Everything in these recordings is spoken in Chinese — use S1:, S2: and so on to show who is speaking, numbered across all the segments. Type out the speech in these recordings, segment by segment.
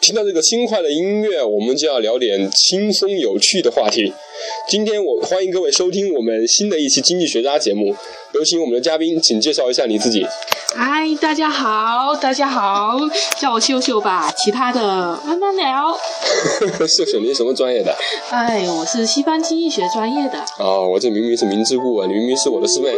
S1: 听到这个轻快的音乐，我们就要聊点轻松有趣的话题。今天我欢迎各位收听我们新的一期《经济学家》节目。有请我们的嘉宾，请介绍一下你自己。
S2: 嗨，大家好，大家好，叫我秀秀吧，其他的慢慢聊。
S1: 秀秀，你是什么专业的？
S2: 哎，我是西方经济学专业的。
S1: 哦，我这明明是明知故问，你明明是我的师妹。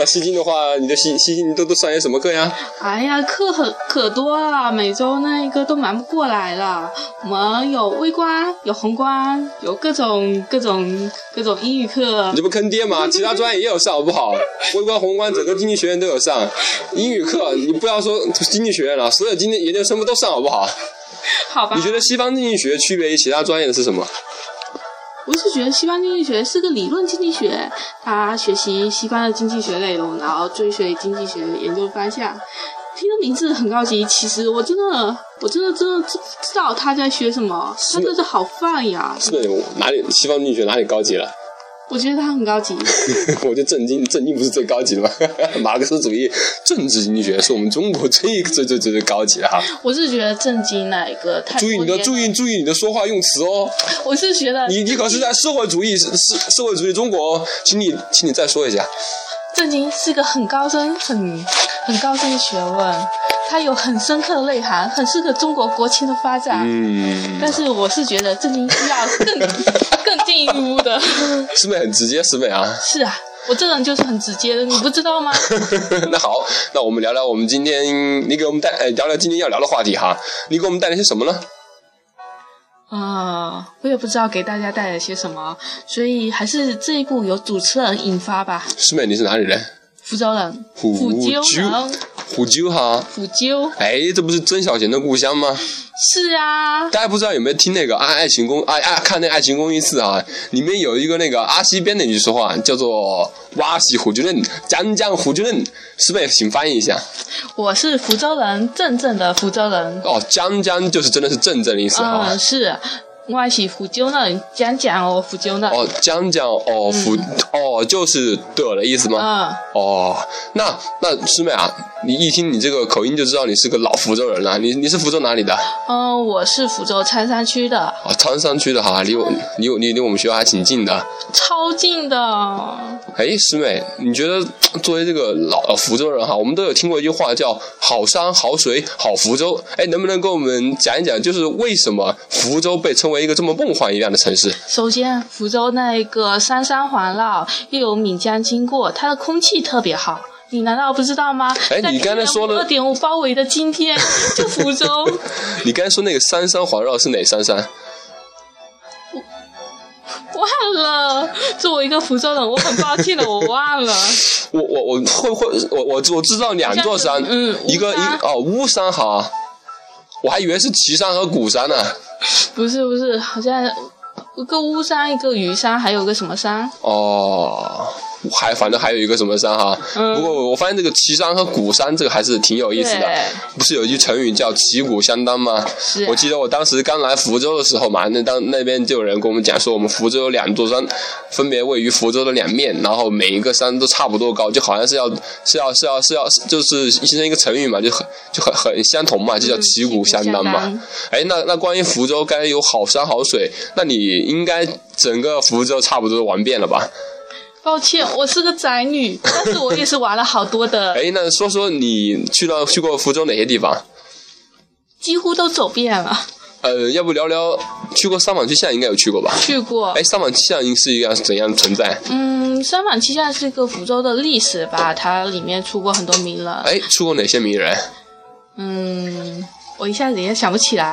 S1: 那西经的话，你的西西经都都上些什么课呀？
S2: 哎呀，课很可多了，每周那一个都忙不过来了。我们有微观，有宏观，有各种各种各种英语课
S1: 你。这不坑爹吗？其他专业也有上，好不好？微观、宏观，整个经济学院都有上。英语课，你不要说经济学院了，所有经济研究生们都上，好不好？
S2: 好吧
S1: 你，觉得西方经济学区别于其他专业的是什么？
S2: 我是觉得西方经济学是个理论经济学，它学习西方的经济学内容，然后追随经济学研究方向。听着名字很高级，其实我真的，我真的真的知知道他在学什么，他真的好泛呀！
S1: 是的，我哪里西方经济学哪里高级了？
S2: 我觉得他很高级。
S1: 我就震惊，震惊不是最高级的吗？ 马克思主义政治经济学是我们中国最最最最最高级的哈！
S2: 我是觉得震惊那一个太
S1: 注意你的，注
S2: 意，
S1: 意注意你的说话用词哦！
S2: 我是觉得
S1: 你你可是在社会主义社社会主义中国哦，请你请你再说一下。
S2: 震惊是个很高深、很很高深的学问，它有很深刻的内涵，很适合中国国情的发展。
S1: 嗯，
S2: 但是我是觉得震惊需要更更进一 步的。
S1: 师妹很直接，师妹啊。
S2: 是啊，我这人就是很直接的，你不知道吗？
S1: 那好，那我们聊聊我们今天你给我们带哎聊聊今天要聊的话题哈。你给我们带来些什么呢？
S2: 啊、我也不知道给大家带来些什么，所以还是这一部由主持人引发吧。
S1: 师妹，你是哪里人？
S2: 福州人，
S1: 福
S2: 福
S1: 州
S2: 州人，
S1: 湖州哈。
S2: 福州
S1: 哎，这不是曾小贤的故乡吗？
S2: 是啊，
S1: 大家不知道有没有听那个《啊爱爱情公爱爱看那《爱情公寓四》啊？里面有一个那个阿西编的一句说话，叫做“哇西胡椒嫩，江江胡椒嫩”，师妹，请翻译一下。
S2: 我是福州人，正正的福州人。
S1: 哦，江江就是真的是啊正正的意思哈。
S2: 嗯，是，我是福州人，讲讲哦，福州人。
S1: 哦，江江哦福、哦就是的的意思吗？
S2: 嗯，
S1: 哦，那那师妹啊，你一听你这个口音就知道你是个老福州人了、你你是福州哪里的？
S2: 嗯，我是福州仓山区的，
S1: 哦，苍山区的哈，离我离我离离我们学校还挺近的。
S2: 超近的。
S1: 哎，师妹，你觉得作为这个老老福州人哈，我们都有听过一句话叫“好山好水好福州”。哎，能不能跟我们讲一讲，就是为什么福州被称为一个这么梦幻一样的城市？
S2: 首先，福州那一个山山环绕，又有闽江经过，它的空气特别好。你难道不知道吗？
S1: 哎你刚才说了
S2: 二点五包围的今天，就福 州，
S1: 你刚才说那个山山环绕是哪山山？
S2: 忘了。作为一个福州人，我很抱歉了，我忘了。
S1: 我我我会会我我我知道两座山，
S2: 嗯
S1: 一个
S2: 巫
S1: 一
S2: 山
S1: 哦巫山哈，我还以为是岐山和鼓山呢、
S2: 不是不是，好像一个巫山，一个虞山，还有个什么山？
S1: 哦，还反正还有一个什么山哈，
S2: 嗯
S1: 不过我我发现这个岐山和鼓山这个还是挺有意思的
S2: 对。
S1: 不是有一句成语叫旗鼓相当吗？
S2: 是啊
S1: 我记得我当时刚来福州的时候嘛，那当那边就有人跟我们讲说，我们福州有两座山，分别位于福州的两面，然后每一个山都差不多高，就好像是要是要是要是要就是形成一个成语嘛，就很就很很相同嘛，就叫旗鼓相当嘛。
S2: 旗鼓相当
S1: 哎，那那关于福州，该有好山好水，那你应该整个福州差不多都玩遍了吧？
S2: 抱歉，我是个宅女，但是我也是玩了好多的，
S1: 哎，那说说你去了去过福州哪些地方？
S2: 几乎都走遍了，
S1: 呃，要不聊聊去过三坊区巷，应该有去过吧？
S2: 去过。
S1: 哎，三坊七巷是一个怎样的存在？
S2: 嗯，三坊七巷是一个福州的历史吧，它里面出过很多名人。
S1: 哎，出过哪些名人？
S2: 嗯，我一下子也想不 起来，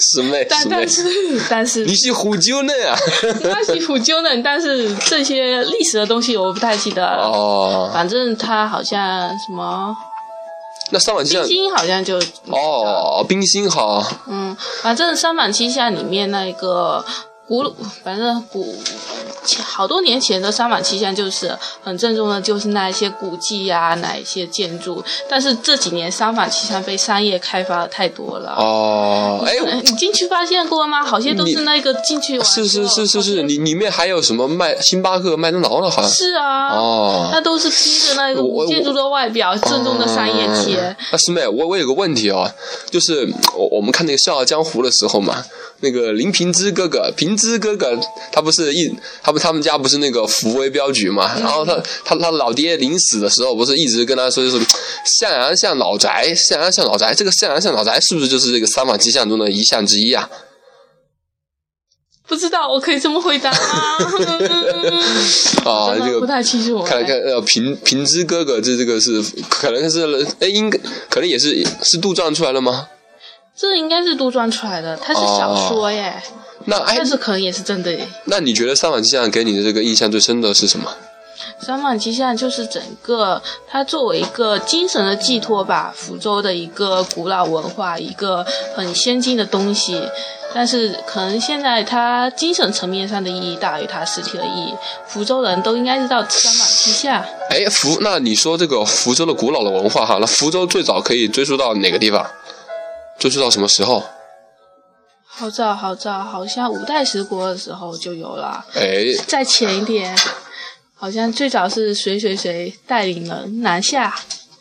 S1: 师妹，
S2: 但
S1: 师妹
S2: 但，是 但是
S1: 你是虎州嫩啊？
S2: 那是福州人，但是这些历史的东西我不太记得了。
S1: 哦，
S2: 反正他好像什么
S1: 那三坊七
S2: 冰
S1: 巷，
S2: 心好像就
S1: 哦，冰心好，
S2: 嗯，反正三坊七巷里面那一个古，反正古前好多年前的三坊七巷就是很正宗的，就是那一些古迹啊，那一些建筑。但是这几年三坊七巷被商业开发的太多了。
S1: 哦，哎，
S2: 嗯你进去发现过吗？好些都是那个进去玩之后
S1: 是是是是是，里里面还有什么麦星巴克、麦当劳呢？好像
S2: 是啊，
S1: 哦
S2: 它都是披着那个
S1: 我我
S2: 建筑的外表，正宗的商业街。
S1: 啊，师妹，我我有个问题哦，就是我我们看那个《笑傲江湖》的时候嘛，那个林平之哥哥，平之哥哥，他不是一，他不他们家不是那个福威镖局嘛，
S2: 嗯
S1: 然后他他他老爹临死的时候，不是一直跟他说就是嗯向阳像老宅，向阳像老宅，这个向阳像老宅是不是就是这个三坊七巷中的一项之一啊？
S2: 不知道我可以这么回答 吗？
S1: 啊，
S2: 真
S1: 这
S2: 的
S1: 个
S2: 不太清楚。哎
S1: 看来看呃平平之哥哥这这个是可能是哎应该可能也是是杜撰出来了吗？
S2: 这应该是杜撰出来的，它是小说耶，
S1: 那哎
S2: 但是可能也是真的耶。
S1: 那你觉得三坊七巷给你的这个印象最深的是什么？
S2: 三坊七巷就是整个它作为一个精神的寄托吧，福州的一个古老文化，一个很先进的东西。但是可能现在它精神层面上的意义大于它实体的意义。福州人都应该知道三坊七巷。
S1: 哎，福，那你说这个福州的古老的文化哈，那福州最早可以追溯到哪个地方？追溯到什么时候？
S2: 好早好早，好像五代十国的时候就有了。
S1: 哎，
S2: 再前一点，好像最早是谁谁谁带领了南下。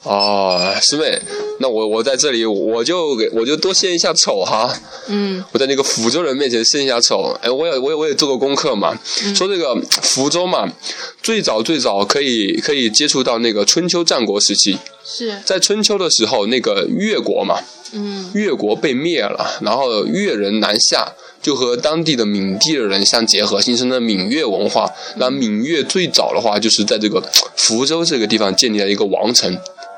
S1: 哦，师妹，那我我在这里我就给我就多献一下丑哈，
S2: 嗯，
S1: 我在那个福州人面前献一下丑。哎，我也我也我也做过功课嘛，说这个福州嘛，最早最早可以可以接触到那个春秋战国时期，
S2: 是，
S1: 在春秋的时候，那个越国嘛，
S2: 嗯，
S1: 越国被灭了，然后越人南下，就和当地的闽地的人相结合，形成了闽越文化。那闽越最早的话，就是在这个福州这个地方建立了一个王城，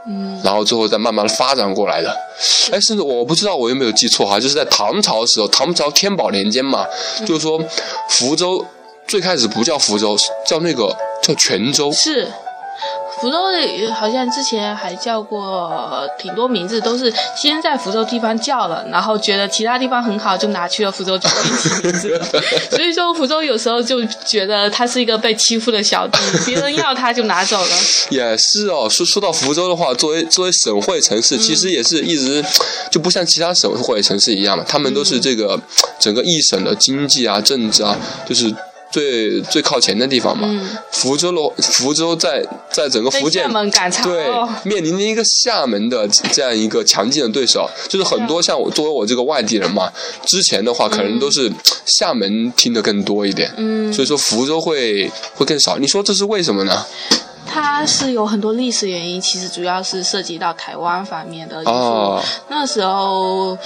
S2: 嗯，
S1: 然后最后再慢慢的发展过来的。哎，甚至我不知道我有没有记错哈，就是在唐朝时候，唐朝天宝年间嘛，就是说福州最开始不叫福州，叫那个叫泉州。
S2: 是。福州的好像之前还叫过呃挺多名字，都是先在福州地方叫了，然后觉得其他地方很好，就拿去了福州地方起名字了。所以说福州有时候就觉得他是一个被欺负的小弟，别人要他就拿 走了。
S1: 也是哦，说说到福州的话，作为作为省会城市，其
S2: 嗯
S1: 实也是一直就不像其他省会城市一样嘛，他们都
S2: 嗯
S1: 是这个整个一省的经济啊、政治啊，就是最最靠前的地方嘛。福州的福州在在整个
S2: 被
S1: 福建
S2: 嗯厦门赶哦超，
S1: 对，面临着一个厦门的这样一个强劲的对手，就是很
S2: 啊
S1: 多像我作为我这个外地人嘛，之前的话可能都是厦门听的更多一点，
S2: 嗯
S1: 所以说福州会会更少。你说这是为什么呢？
S2: 它是有很多历史原因，其实主要是涉及到台湾方面的因素。
S1: 哦，
S2: 那时候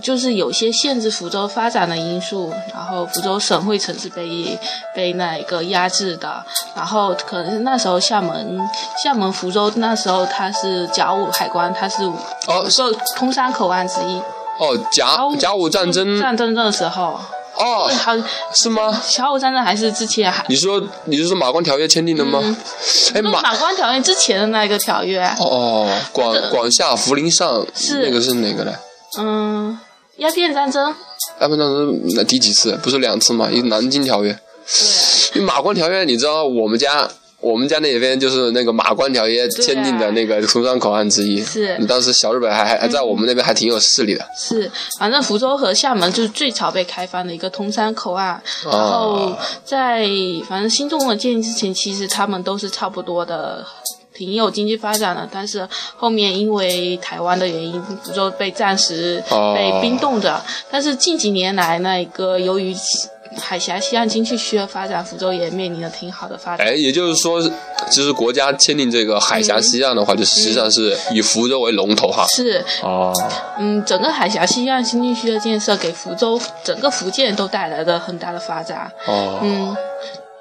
S2: 就是有些限制福州发展的因素，然后福州省会城市被被那一个压制的，然后可能是那时候厦门厦门福州那时候它是甲午海关，它是
S1: 哦
S2: 就通商口岸之一。
S1: 哦，甲甲午战争
S2: 战争的时候，
S1: 哦，
S2: 好，
S1: 是吗？
S2: 甲午战争还是之前还。
S1: 你说你是说马关条约签订的吗？哎、
S2: 那
S1: 马
S2: 马关条约之前的那一个条约，
S1: 哦，广广厦福林上
S2: 是
S1: 那个是哪个嘞？
S2: 嗯，鸦片战争，
S1: 他们当时那第几次？不是两次吗？一个南京条约，因
S2: 对，
S1: 为马关条约，你知道我们家。我们家那边就是那个马关条约签订的那个通商口岸之一，
S2: 是
S1: 你当时小日本还还还在我们那边还挺有势力的，
S2: 是，反正福州和厦门就是最早被开放的一个通商口岸。然后在反正新中国建立之前，其实他们都是差不多的。挺有经济发展的，但是后面因为台湾的原因，福州被暂时
S1: 哦
S2: 被冰冻着。但是近几年来，那个由于海峡西岸经济区的发展，福州也面临了挺好的发展。
S1: 哎，也就是说，就是国家签订这个海峡西岸的话，就是实际上是以福州为龙头哈。
S2: 是，
S1: 哦，
S2: 嗯，整个海峡西岸新地区的建设给福州整个福建都带来了很大的发展。
S1: 哦，
S2: 嗯，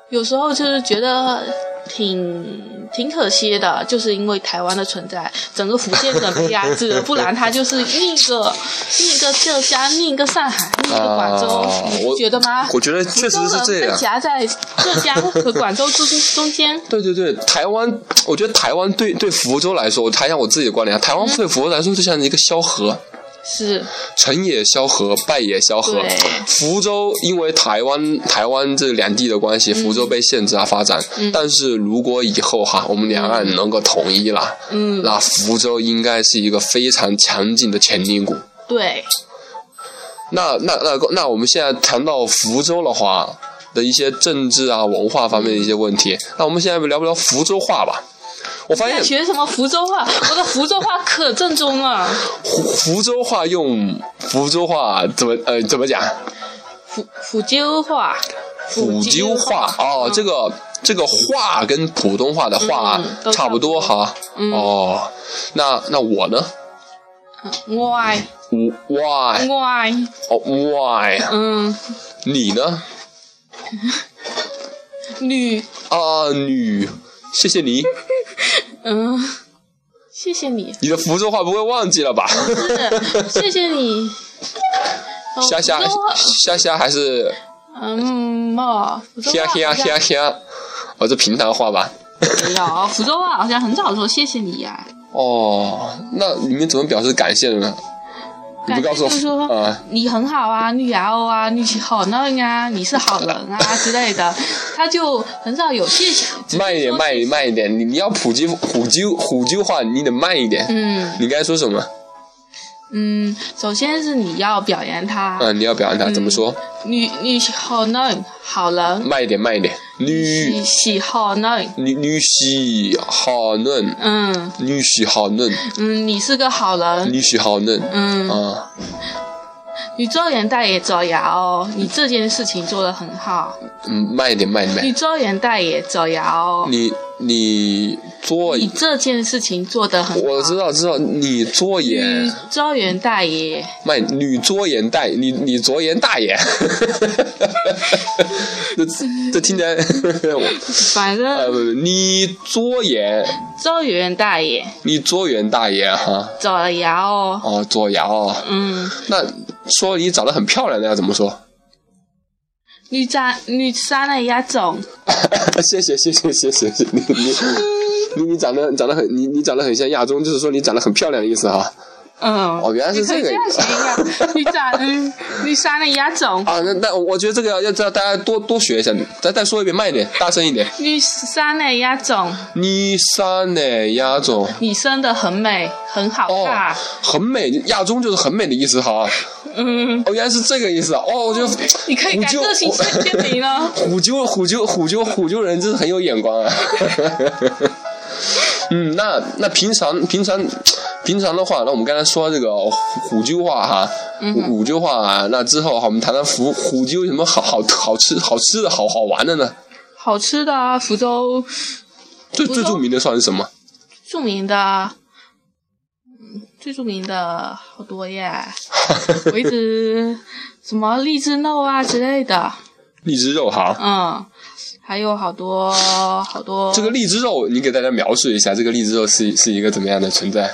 S2: 有时候就是觉得挺挺可惜的，就是因为台湾的存在，整个福建省被压制了，不然它就是另一个另一个浙江，另一个上海，另一个广州，
S1: 啊
S2: 你
S1: 我
S2: 觉得吗？
S1: 我觉得确实是这
S2: 福州
S1: 样
S2: 人被。夹在浙江和广州之中间。
S1: 对对对，台湾，
S2: 嗯
S1: 我觉得台湾对对福州来说，我谈一下我自己的观点啊。台湾对福州来说，就像一个萧何，
S2: 是
S1: 成也萧何，败也萧何
S2: 对。
S1: 福州因为台湾台湾这两地的关系，
S2: 嗯
S1: 福州被限制了啊发展。但是如果以后哈，我们两岸能够统一了，
S2: 嗯
S1: 那福州应该是一个非常强劲的潜力股。
S2: 对，
S1: 那那那那我们现在谈到福州的话的一些政治啊、文化方面的一些问题，那我们现在聊不聊福州话吧？我发现
S2: 在学什么福州 话？我的福州话可正宗啊了。
S1: 福福州话用福州话怎么呃怎么讲？
S2: 福福州话，
S1: 普
S2: 州
S1: 州话哦，这个这个话跟普通话的话
S2: 嗯都
S1: 差不多哈。哦，那那我呢？
S2: y
S1: 我 why
S2: y
S1: 哦 why？
S2: 嗯，
S1: 你呢？
S2: 女，
S1: 啊女，谢谢你，
S2: 嗯，谢谢 你，
S1: 你的福州话不会忘记了吧？
S2: 是，谢谢你。哦
S1: 虾虾
S2: 福州话
S1: 虾虾还是
S2: 嗯嘛，福州
S1: 虾
S2: 话
S1: 虾虾虾？哦，这平潭话吧？
S2: 没有，福州话好像很少说谢谢你啊呀、
S1: 哦，那你们怎么表示感谢的呢？你不告诉
S2: 感谢就是说
S1: 我啊？
S2: 你很好啊，你牙哦啊，你好人啊，你是好人啊之类的，他就很少有谢谢。
S1: 慢一点，慢一点，慢一点！你你要普及虎州虎州话，你得慢一点。
S2: 嗯
S1: 你该说什么？
S2: 嗯，首先是你要表扬他，
S1: 嗯，你要表扬他怎么说？
S2: 你你好人，好人，
S1: 慢一点，慢一点。女
S2: 你喜好人，
S1: 女女婿好嫩，
S2: 嗯
S1: 女婿好嫩，
S2: 嗯，你是个好人，
S1: 女婿好嫩。
S2: 嗯，
S1: 啊，
S2: 你做人待也走牙哦，你这件事情做得很好，
S1: 嗯，慢一点，慢一点慢一
S2: 你
S1: 点。
S2: 做人待也走牙哦，
S1: 你你做，
S2: 你这件事情做得很好，
S1: 我知道知道，你做
S2: 你
S1: 眼
S2: 做人待也
S1: 慢，女做眼大，你你左眼大眼。 这这听起来，我
S2: 反
S1: 呃，
S2: 正
S1: 不你左眼。
S2: 周元大爷
S1: 你左眼大爷哈，
S2: 走了牙哦，
S1: 哦，左牙哦。
S2: 嗯，
S1: 那说你长得很漂亮的要怎么说？
S2: 你长你生了牙肿，
S1: 谢谢谢谢谢谢 谢谢你你你你长得长得很你你长得很像亚中，就是说你长得很漂亮的意思哈。
S2: 嗯，
S1: 哦原来是这个
S2: 你可以样写一 样，你长嗯你生了牙肿，
S1: 啊，那那我觉得这个要要要大家多多学一下，再再说一遍，慢一点，大声一点。
S2: 你生了牙肿，
S1: 你山呢亚中
S2: 你生的很美，很好
S1: 哦
S2: 看，，
S1: 很美，亚中就是很美的意思哈。
S2: 嗯，
S1: 哦，原来是这个意思啊哦，我觉得
S2: 你可以
S1: 我
S2: 改
S1: 就
S2: 这形象签 名了。
S1: 虎丘虎丘虎丘虎丘人真是很有眼光啊。 嗯，那那平常平常平常的话，那我们刚才说这个哦虎丘话哈，虎虎丘话、啊，那之后哈，我们谈谈虎虎丘有什么好好好吃好吃的好好玩的呢？
S2: 好吃的啊，福州
S1: 最
S2: 州
S1: 最著名的算是什么？
S2: 著名的啊，嗯，最著名的好多 耶，我一直什么荔枝肉啊之类的，
S1: 荔枝肉哈，
S2: 嗯，还有好多好多，
S1: 这个荔枝肉你给大家描述一下，这个荔枝肉是是一个怎么样的存在？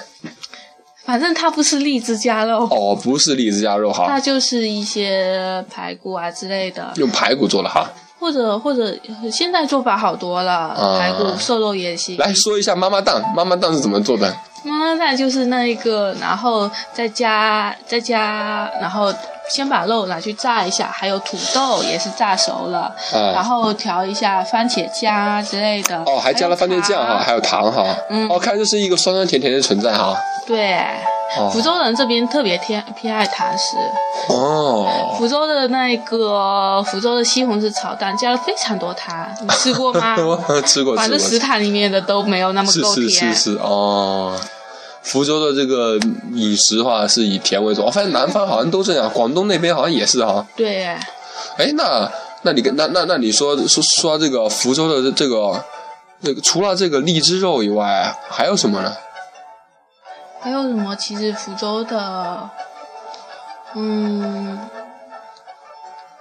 S2: 反正它不是荔枝加肉，
S1: 哦，不是荔枝加肉哈
S2: 它，就是一些排骨啊之类的，
S1: 用排骨做的哈。
S2: 或者或者现在做法好多了，
S1: 啊
S2: 排骨瘦肉也行。
S1: 来说一下妈妈蛋，妈妈蛋是怎么做的？
S2: 妈妈蛋就是那一个，然后再加再加，然后先把肉拿去炸一下，还有土豆也是炸熟了，
S1: 啊
S2: 然后调一下番茄酱啊之类的。
S1: 哦，还加了番茄酱哈，
S2: 还
S1: 还有糖哈。
S2: 嗯
S1: 哦，看来就是一个酸酸甜甜的存在哈。
S2: 有糖对。
S1: 哦
S2: 福州人这边特别偏偏爱糖食，
S1: 哦，
S2: 福州的那个福州的西红柿炒蛋加了非常多糖，你吃过吗？
S1: 我哦吃过
S2: 反
S1: 吃过
S2: 正，食堂里面的都没有那么
S1: 是
S2: 够
S1: 是
S2: 甜。
S1: 是是哦。福州的这个饮食话是以甜为主，哦我发现南方好像都这样，广东那边好像也是哈。
S2: 对，
S1: 哎，那那你跟那那那你说说说这个福州的这个这个除了这个荔枝肉以外，还有什么呢？
S2: 还有什么？其实福州的，嗯，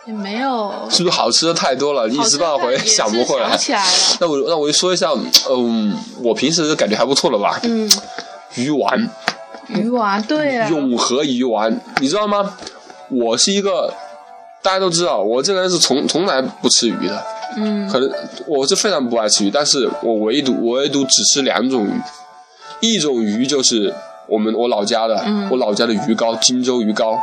S2: 也没有。
S1: 是不是好吃的太多了，一时半会
S2: 好吃的也是
S1: 想不过来
S2: 想不？起来了。
S1: 那我那我就说一下，嗯，我平时感觉还不错了吧？
S2: 嗯，
S1: 鱼丸，
S2: 鱼丸对啊，
S1: 永和鱼丸，你知道吗？我是一个，大家都知道，我这个人是从从来不吃鱼的，
S2: 嗯
S1: 可能我是非常不爱吃鱼，但是我唯独我唯独只吃两种鱼，一种鱼就是我们我老家的，
S2: 嗯
S1: 我老家的鱼糕，荆州鱼糕，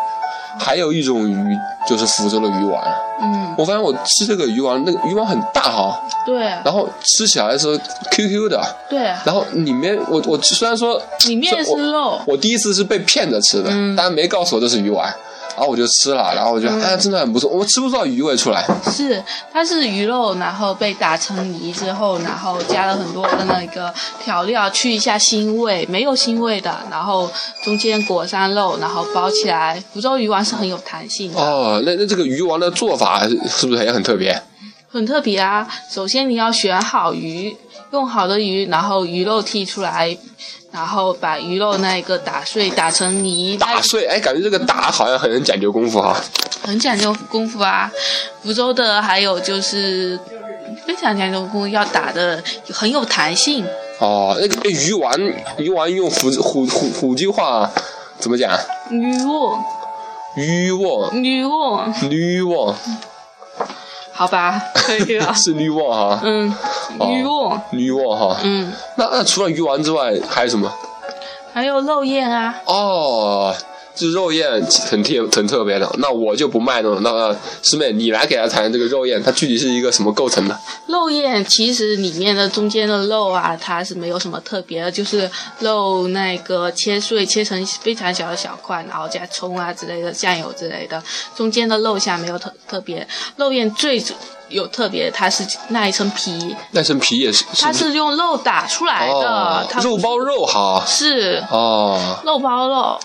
S1: 还有一种鱼就是福州的鱼丸。
S2: 嗯，
S1: 我发现我吃这个鱼丸，那个鱼丸很大哈，
S2: 对
S1: 然后吃起来的时候 QQ 的，
S2: 对，
S1: 然后里面我我虽然说
S2: 里面
S1: 这我
S2: 是肉，
S1: 我第一次是被骗着吃的，
S2: 嗯
S1: 大家没告诉我这是鱼丸，然后我就吃了，然后我觉得、哎真的很不错，我吃不出来鱼味出来，
S2: 是，它是鱼肉，然后被打成泥之后，然后加了很多的那个调料去一下腥味，没有腥味的，然后中间裹上肉，然后包起来。福州鱼丸是很有弹性的，
S1: 哦，那那这个鱼丸的做法是是不是也很特别？
S2: 很特别啊。首先你要选好鱼，用好的鱼，然后鱼肉剔出来，然后把鱼肉那一个打碎，打成泥，
S1: 打碎，哎，感觉这个打好像很讲究功夫哈。
S2: 很讲究功夫啊。福州的还有就是非常讲究功夫，要打的很有弹性。
S1: 哦，那个鱼丸，鱼丸用福虎虎虎州话怎么讲？啊
S2: 鱼肉，
S1: 鱼旺，
S2: 鱼肉，
S1: 驴旺。
S2: 好吧，可以了
S1: 是驴旺哈，
S2: 啊嗯，鱼肉，
S1: 驴旺哈。
S2: 嗯，
S1: 那那除了鱼丸之外还有什么？
S2: 还有肉燕啊，
S1: 哦，这肉燕很特很特别的，那我就不卖弄了。那那师妹，你来给他谈这个肉燕，它具体是一个什么构成的？
S2: 肉燕其实里面的中间的肉啊，它是没有什么特别的，就是肉那个切碎，切成非常小的小块，然后加葱啊之类的，酱油之类的，中间的肉下没有特特别。肉燕最主有特别，它是那一层皮，
S1: 那层皮也是，
S2: 它是用肉打出来的
S1: 哦，
S2: 它，不
S1: 肉包肉哈。
S2: 是
S1: 哦，
S2: 肉包肉，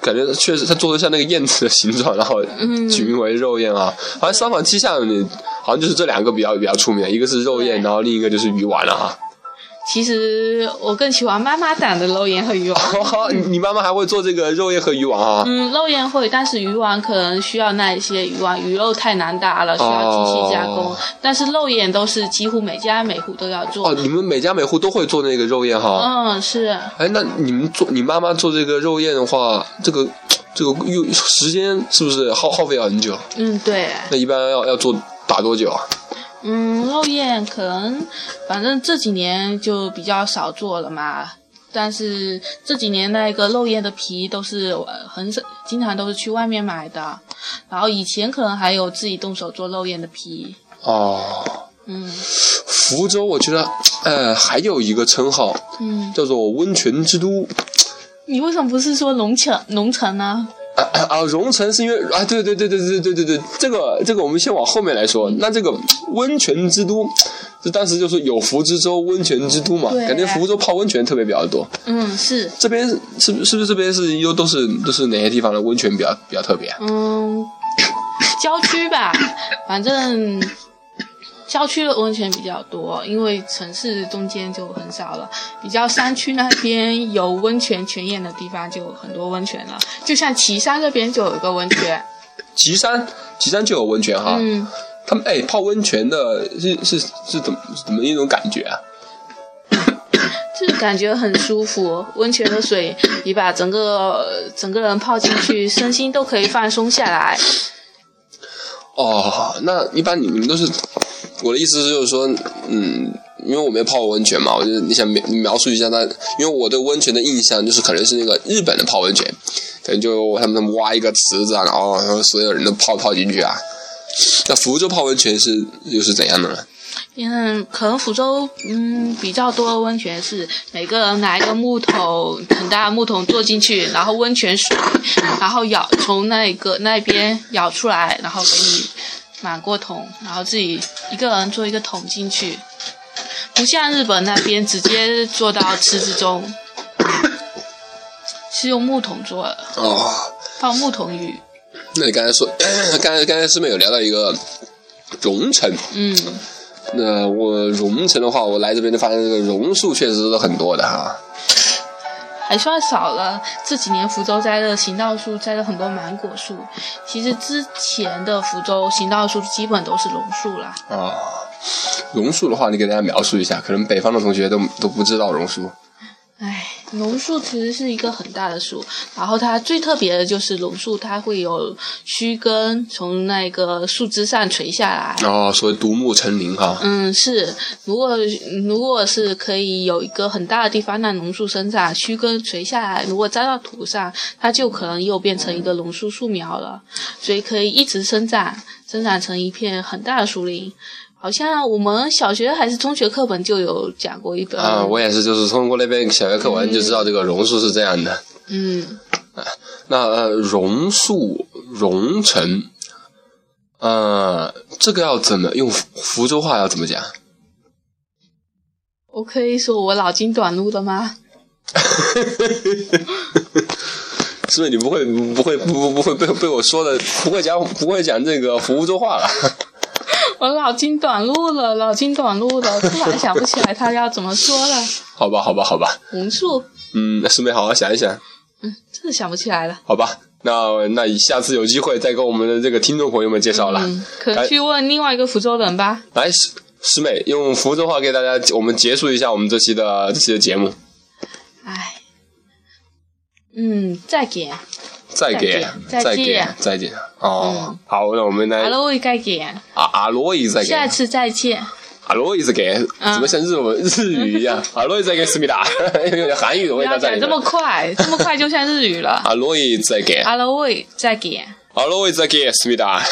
S1: 感觉确实它做的像那个燕子的形状，然后
S2: 嗯
S1: 取名为肉燕啊。好像三坊七巷里，好像就是这两个比较比较出名，一个是肉燕，
S2: 对
S1: 然后另一个就是鱼丸了啊哈。
S2: 其实我更喜欢妈妈打的肉眼和鱼丸。
S1: 你 你妈妈还会做这个肉燕和鱼丸啊？
S2: 嗯，肉燕会，但是鱼丸可能需要那一些鱼丸，鱼肉太难打了，需要机器加工。
S1: 哦
S2: 但是肉眼都是几乎每家每户都要做。
S1: 哦，你们每家每户都会做那个肉燕哈？
S2: 嗯，是
S1: 哎，那你们做你妈妈做这个肉燕的话，这个这个又时间是不是耗耗费要很久？
S2: 嗯，对，
S1: 那一般要要做打多久啊？
S2: 嗯，肉燕可能反正这几年就比较少做了嘛。但是这几年那个肉燕的皮都是呃很少，经常都是去外面买的。然后以前可能还有自己动手做肉燕的皮。
S1: 哦，
S2: 嗯
S1: 福州我觉得，呃，还有一个称号
S2: 嗯，
S1: 叫做温泉之都。
S2: 你为什么不是说龙城龙城呢？
S1: 啊啊啊！荣城是因为啊，对对对对对对对对，这个这个我们先往后面来说。那这个温泉之都，就当时就说有福之州温泉之都嘛，
S2: 对
S1: 感觉福州泡温泉特别比较多。
S2: 嗯，是，
S1: 这边是是不是不是这边是又都是都是哪些地方的温泉比较比较特别啊？
S2: 嗯，郊区吧，反正郊区的温泉比较多，因为城市中间就很少了。比较山区那边有温泉泉眼的地方就有很多温泉了，就像岐山这边就有一个温泉，
S1: 岐山，岐山就有温泉哈。
S2: 嗯，
S1: 他们哎，泡温泉的是是是怎么是怎么一种感觉啊？
S2: 就是感觉很舒服。温泉的水，你把整个整个人泡进去，身心都可以放松下来。
S1: 哦，那一般你你们都是，我的意思就是说，嗯，因为我没泡过温泉嘛，我就你想描你描述一下它，因为我对温泉的印象就是可能是那个日本的泡温泉，可能就他们挖一个池子啊，然后然后所有人都泡泡进去啊。那福州泡温泉是又是怎样的呢？
S2: 嗯，可能福州嗯比较多的温泉是每个人拿一个木桶，很大的木桶坐进去，然后温泉水，然后舀从那个那边舀出来，然后给你满过桶，然后自己一个人做一个桶进去，不像日本那边直接做到池子中，是用木桶做的，
S1: 哦，
S2: 泡木桶浴。
S1: 那你刚才说，刚才刚才师妹有聊到一个荣城，
S2: 嗯，
S1: 那我榕城的话，我来这边就发现这个榕树确实是很多的哈。
S2: 还算少了。这几年福州栽了行道树，栽了很多芒果树。其实之前的福州行道树基本都是榕树啦。
S1: 啊，榕树的话，你给大家描述一下，可能北方的同学都都不知道榕树。
S2: 唉，榕树其实是一个很大的树，然后它最特别的就是榕树，它会有须根从那个树枝上垂下来。
S1: 哦，所以独木成林哈、
S2: 嗯，是，如果如果是可以有一个很大的地方让榕树生长，须根垂下来，如果栽到土上，它就可能又变成一个榕树树苗了，所以可以一直生长，生长成一片很大的树林。好像我们小学还是中学课本就有讲过一本，
S1: 啊，我也是，就是通过那边小学课文就知道这个榕树是这样的。
S2: 嗯，
S1: 那呃，榕树榕城，呃，这个要怎么用福福州话要怎么讲？
S2: 我可以说我脑筋短路了吗？
S1: 是不是你不会不会不不不会被被我说的不会讲不会讲这个福州话了？
S2: 我脑筋短路了，脑筋短路了，突然想不起来它要怎么说了。
S1: 好吧，好吧，好吧，
S2: 榕树，
S1: 嗯，那师妹好好想一想，
S2: 嗯，真的想不起来了。
S1: 好吧，那那下次有机会再跟我们的这个听众朋友们介绍了。
S2: 嗯，可能去问另外一个福州人吧。
S1: 来，师师妹用福州话给大家，我们结束一下我们这期的这期的节目。
S2: 唉，嗯，再见，
S1: 再给，
S2: 再
S1: 再给
S2: 见，嗯
S1: 再见。哦，好，那我们来
S2: 阿罗伊再见，
S1: 阿阿罗伊再给，
S2: 啊
S1: 啊
S2: 下次再见。
S1: 阿罗伊再给，
S2: 嗯
S1: 怎么像日文日语一 样？阿罗伊再给思密达， 有点韩语的
S2: 不
S1: 味
S2: 要
S1: 道在
S2: 讲
S1: 里
S2: 这么
S1: 面。
S2: 快， 这么快就像日语了。
S1: 阿罗伊再给，
S2: 啊阿罗伊再见。
S1: 阿罗伊再给思密达。